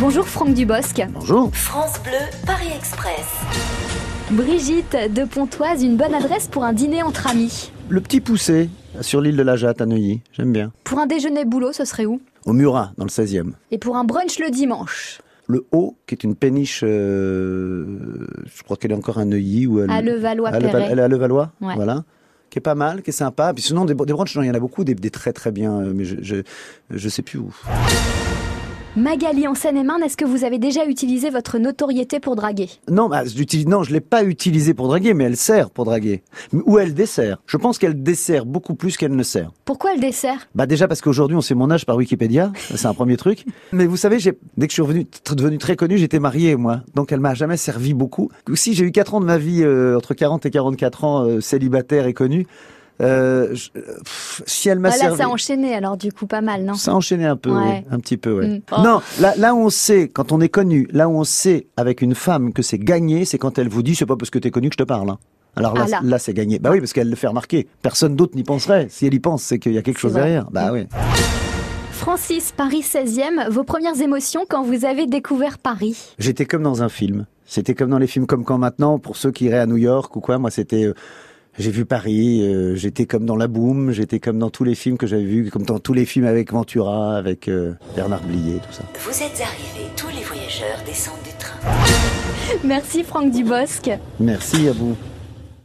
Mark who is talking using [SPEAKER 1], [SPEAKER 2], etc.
[SPEAKER 1] Bonjour Franck Dubosc.
[SPEAKER 2] Bonjour.
[SPEAKER 3] France Bleu, Paris Express.
[SPEAKER 1] Brigitte de Pontoise, une bonne adresse pour un dîner entre amis.
[SPEAKER 2] Le petit poussé sur l'île de la Jatte à Neuilly. J'aime bien.
[SPEAKER 1] Pour un déjeuner boulot, ce serait où
[SPEAKER 2] Au Murat, dans le 16e.
[SPEAKER 1] Et pour un brunch le dimanche
[SPEAKER 2] Le Haut, qui est une péniche, euh, je crois qu'elle est encore à Neuilly. Ou
[SPEAKER 1] À
[SPEAKER 2] Euh, à Leval-
[SPEAKER 1] Levallois-Perret.
[SPEAKER 2] Elle est à Levallois.
[SPEAKER 1] Ouais.
[SPEAKER 2] Voilà. Qui est pas mal, qui est sympa. Puis sinon, des, des brunchs, non, il y en a beaucoup, des, des très très bien, euh, mais je, je, je sais plus où.
[SPEAKER 1] Magali en Seine-et-Marne, est-ce que vous avez déjà utilisé votre notoriété pour draguer
[SPEAKER 2] Non, bah, j'utilise- non je l'ai pas utilisée pour draguer, mais elle sert pour draguer. Ou elle dessert. Je pense qu'elle dessert beaucoup plus qu'elle ne sert.
[SPEAKER 1] Pourquoi le dessert
[SPEAKER 2] Bah déjà parce qu'aujourd'hui on sait mon âge par Wikipédia, ça, c'est un premier truc. Mais vous savez, j'ai- dès que je suis revenu, t- devenu très connu, j'étais marié moi, donc elle m'a jamais servi beaucoup. Si j'ai eu 4 ans de ma vie euh, entre 40 et 44 ans euh, célibataire et connu, euh, je- euh, pff, si elle m'a
[SPEAKER 1] Ah Là,
[SPEAKER 2] servi,
[SPEAKER 1] ça a enchaîné, alors du coup, pas mal, non
[SPEAKER 2] ça a enchaîné un peu,
[SPEAKER 1] Ouais.
[SPEAKER 2] oui, un petit peu. Ouais.
[SPEAKER 1] Mm. Oh.
[SPEAKER 2] Non, là, là où on sait quand on est connu, là où on sait avec une femme que c'est gagné, c'est quand elle vous dit c'est pas parce que t'es connu que je te parle. hein. Alors là,
[SPEAKER 1] Ah, là.
[SPEAKER 2] là c'est gagné. Bah oui, parce qu'elle le fait remarquer. Personne d'autre n'y penserait. Si elle y pense, c'est qu'il y a quelque
[SPEAKER 1] C'est
[SPEAKER 2] chose
[SPEAKER 1] vrai.
[SPEAKER 2] derrière. Bah
[SPEAKER 1] Mm.
[SPEAKER 2] oui.
[SPEAKER 1] Francis, Paris 16e, vos premières émotions quand vous avez découvert Paris
[SPEAKER 2] J'étais comme dans un film. C'était comme dans les films comme quand maintenant, pour ceux qui iraient à New York ou quoi. Moi, c'était. euh, j'ai vu Paris, euh, j'étais comme dans La Boom, j'étais comme dans tous les films que j'avais vus, comme dans tous les films avec Ventura, avec euh, Bernard Blier, tout ça.
[SPEAKER 3] Vous êtes arrivés, tous les voyageurs descendent du train.
[SPEAKER 1] Merci Franck Dubosc.
[SPEAKER 2] Merci à vous.